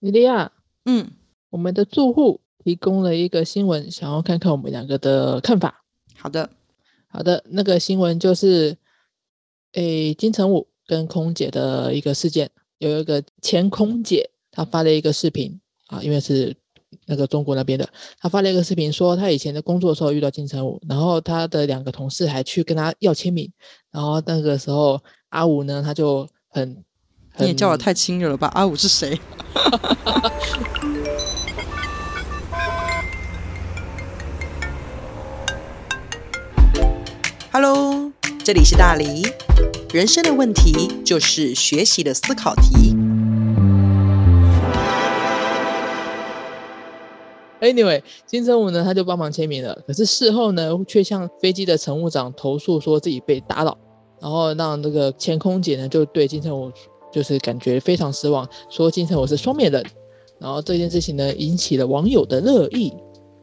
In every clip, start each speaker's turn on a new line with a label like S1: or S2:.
S1: 伊利亚，
S2: 嗯，
S1: 我们的住户提供了一个新闻，想要看看我们两个的看法。
S2: 好的，
S1: 好的，那个新闻就是，诶，金城武跟空姐的一个事件，有一个前空姐，她发了一个视频啊，因为是那个中国那边的，她发了一个视频说，她以前的工作的时候遇到金城武，然后她的两个同事还去跟他要签名，然后那个时候阿武呢，他就很，
S2: 你也
S1: 很
S2: 叫我太亲热了吧？阿五是谁？Hello，这里是大黎。人生的问题就是学习的思考题。
S1: Anyway，金城武呢，他就帮忙签名了。可是事后呢，却向飞机的乘务长投诉说自己被打扰，然后让这个前空姐呢就对金城武就是感觉非常失望，说金城武是双面人。然后这件事情呢，引起了网友的热议。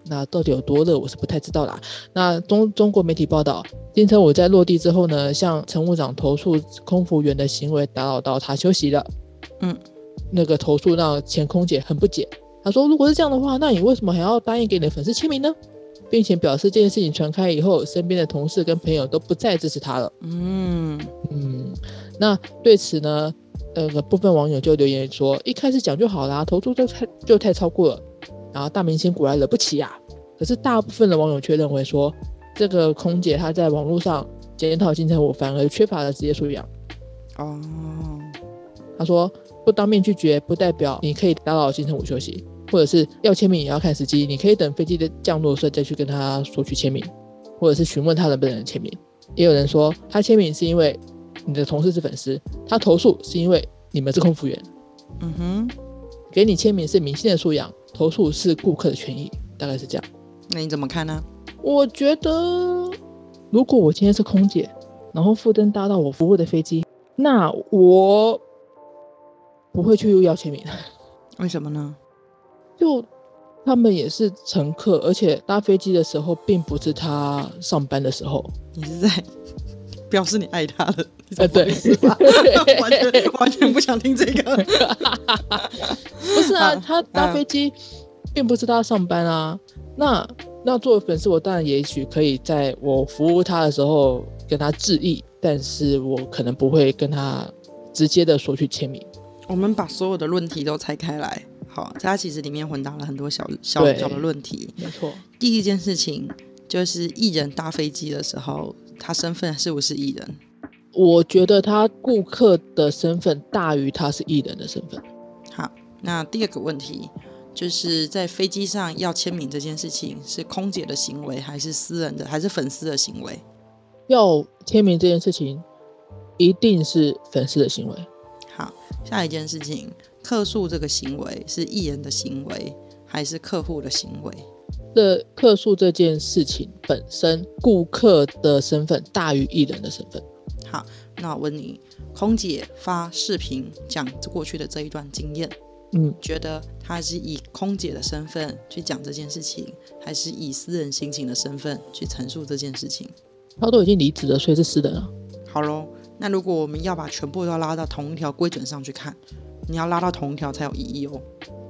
S1: 那到底有多热，我是不太知道啦。那中中国媒体报道，金城武在落地之后呢，向乘务长投诉空服员的行为打扰到他休息了。
S2: 嗯，
S1: 那个投诉让前空姐很不解，他说：“如果是这样的话，那你为什么还要答应给你的粉丝签名呢？”并且表示这件事情传开以后，身边的同事跟朋友都不再支持他了。
S2: 嗯，
S1: 嗯，那对此呢，那个部分网友就留言说：“一开始讲就好啦，投诉就太就太超过了。”然后大明星果然惹不起呀、可是大部分的网友却认为说，这个空姐她在网络上检讨金城武，反而缺乏了职业素养。
S2: 哦，
S1: 他说不当面拒绝不代表你可以打扰金城武休息，或者是要签名也要看时机，你可以等飞机的降落的时候再去跟他索取签名，或者是询问他能不能签名。也有人说他签名是因为你的同事是粉丝，他投诉是因为你们是空服员，
S2: 嗯哼，
S1: 给你签名是明星的素养，投诉是顾客的权益，大概是这样。
S2: 那你怎么看呢、
S1: 我觉得，如果我今天是空姐，然后富登搭到我服务的飞机，那我不会去要签名。
S2: 为什么呢？
S1: 就他们也是乘客，而且搭飞机的时候并不是他上班的时候。
S2: 你是在 表示你爱他的？你
S1: 呃，
S2: 怎
S1: 对
S2: 么回 事，啊 完全完全不想听这个。
S1: 不是啊，
S2: 嗯
S1: 他搭飞机并不是他上班啊。那那作为粉丝，我当然也许可以在我服务他的时候跟他致意，但是我可能不会跟他直接的索取签名。
S2: 我们把所有的论题都拆开来，好，它其实里面混搭了很多小小
S1: 对
S2: 小的论题。
S1: 没错，
S2: 第一件事情就是艺人搭飞机的时候，他身份是不是艺人？
S1: 我觉得他顾客的身份大于他是艺人的身份。
S2: 好，那第二个问题就是在飞机上要签名这件事情，是空姐的行为，还是私人的，还是粉丝的行为？
S1: 要签名这件事情，一定是粉丝的行为。
S2: 好，下一件事情，客诉这个行为是艺人的行为，还是客户的行为？
S1: 这客诉这件事情本身，顾客的身份大于艺人的身份。
S2: 好，那我问你，空姐发视频讲过去的这一段经验，
S1: 嗯，
S2: 觉得她是以空姐的身份去讲这件事情，还是以私人心情的身份去陈述这件事情？
S1: 他都已经离职了，所以是私人啊。
S2: 好喽，那如果我们要把全部都要拉到同一条规准上去看，你要拉到同一条才有意义哦。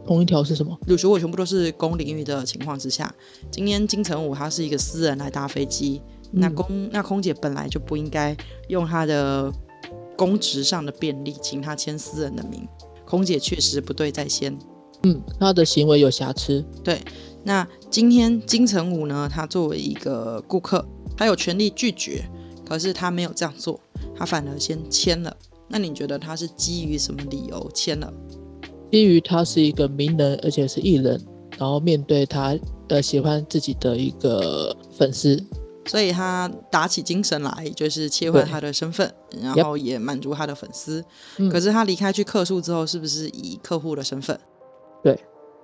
S1: 同一条是什么？
S2: 如如果全部都是公领域的情况之下，今天金城武他是一个私人来搭飞机，那
S1: 嗯
S2: 空那空姐本来就不应该用她的公职上的便利，请他签私人的名。空姐确实不对在先。
S1: 嗯，他的行为有瑕疵。
S2: 那今天金城武呢，他作为一个顾客，他有权利拒绝，可是他没有这样做，他反而先签了。那你觉得他是基于什么理由签了？
S1: 基于他是一个名人，而且是艺人，然后面对他呃喜欢自己的一个粉丝，
S2: 所以他打起精神来，就是切换
S1: 对
S2: 他的身份，然后也满足他的粉丝。
S1: 嗯
S2: 可是他离开去客诉之后，是不是以客户的身份？
S1: 对。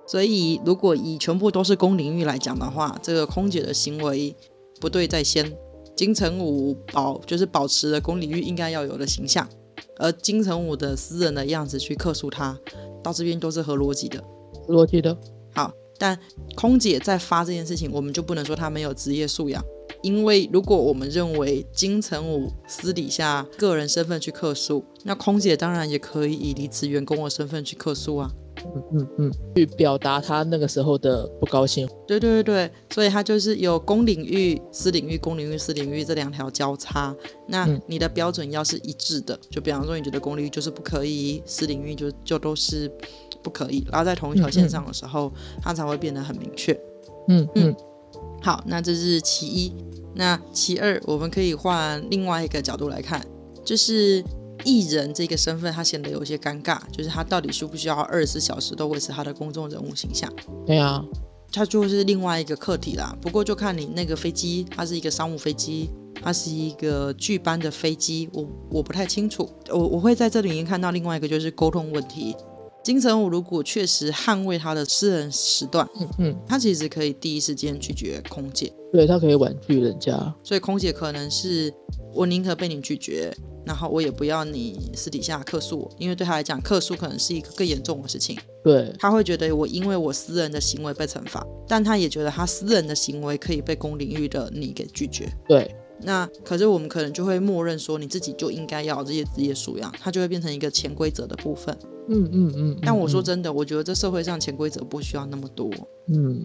S2: 所以如果以全部都是公领域来讲的话，这个空姐的行为不对在先，金城武保就是保持了公领域应该要有的形象，而金城武的私人的样子去客诉他，到这边都是合逻辑的。
S1: 逻辑的。
S2: 好，但空姐在发这件事情，我们就不能说她没有职业素养，因为如果我们认为金城武私底下个人身份去客诉，那空姐当然也可以以离职员工的身份去客诉啊。
S1: 嗯嗯嗯，去表达他那个时候的不高兴。
S2: 对对对对，所以它就是有公领域、私领域、公领域、私领域这两条交叉。那
S1: 嗯
S2: 你的标准要是一致的，就比方说你觉得公领域就是不可以，私领域就就都是不可以，然后在同一条线上的时候，它才会变得很明确。
S1: 嗯嗯
S2: 嗯好，那这是其一。那其二，我们可以换另外一个角度来看，就是艺人这个身份，他显得有些尴尬，就是他到底需不需要二十四小时都维持他的公众人物形象？
S1: 对啊，
S2: 它就是另外一个课题啦。不过就看你那个飞机，它是一个商务飞机，它是一个巨班的飞机，我我不太清楚。我我会在这里面看到另外一个就是沟通问题。金城武如果确实捍卫他的私人时段，
S1: 嗯嗯，
S2: 他其实可以第一时间拒绝空姐，
S1: 对他可以婉拒人家。
S2: 所以空姐可能是我宁可被你拒绝，然后我也不要你私底下客诉我，因为对他来讲，客诉可能是一个更严重的事情。
S1: 对，
S2: 他会觉得我因为我私人的行为被惩罚，但他也觉得他私人的行为可以被公领域的你给拒绝。
S1: 对，
S2: 那可是我们可能就会默认说你自己就应该要有这些职业素养，它就会变成一个潜规则的部分。
S1: 嗯嗯嗯。
S2: 但我说
S1: 嗯，
S2: 真的，我觉得这社会上潜规则不需要那么多。
S1: 嗯，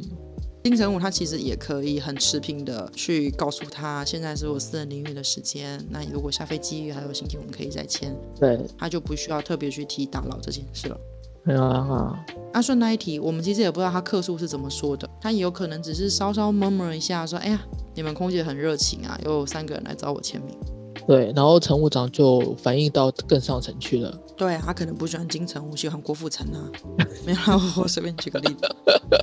S2: 金城武他其实也可以很持平的去告诉他，现在是我私人领域的时间，那如果下飞机还有心情，我们可以再签，
S1: 对，
S2: 他就不需要特别去提打扰这件事了。
S1: 没有啊，
S2: 阿顺那一题，我们其实也不知道他客诉是怎么说的，他也有可能只是稍稍 murmur 一下，说：“哎呀，你们空姐很热情啊，有三个人来找我签名。
S1: 对，然后乘务长就反映到更上层去了。”
S2: 对啊，他可能不喜欢金城武，喜欢郭富城啊。 没有啦，我我随便举个例子。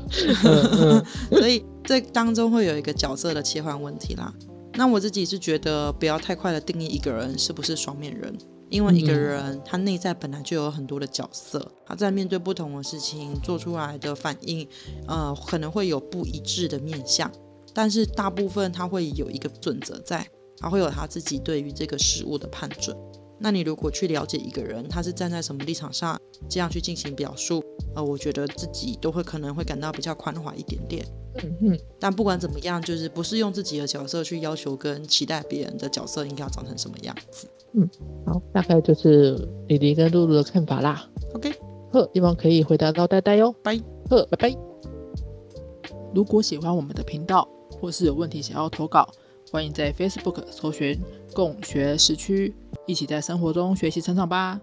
S1: 嗯
S2: 所以这当中会有一个角色的切换问题啦。那我自己是觉得不要太快的定义一个人是不是双面人，因为一个
S1: 嗯
S2: 人他内在本来就有很多的角色，他在面对不同的事情做出来的反应，呃，可能会有不一致的面相，但是大部分他会有一个准则在，他会有他自己对于这个事物的判准。那你如果去了解一个人，他是站在什么立场上，这样去进行表述，呃，我觉得自己都会可能会感到比较宽怀一点点。
S1: 嗯嗯，
S2: 但不管怎么样，就是不是用自己的角色去要求跟期待别人的角色应该要长成什么样子。
S1: 好，大概就是李黎跟露露的看法啦。
S2: OK，
S1: 呵，希望可以回答到呆呆哟。
S2: 拜，
S1: 呵，拜拜。
S3: 如果喜欢我们的频道，或是有问题想要投稿，欢迎在 Facebook 搜寻“共学时区”，一起在生活中学习成长吧。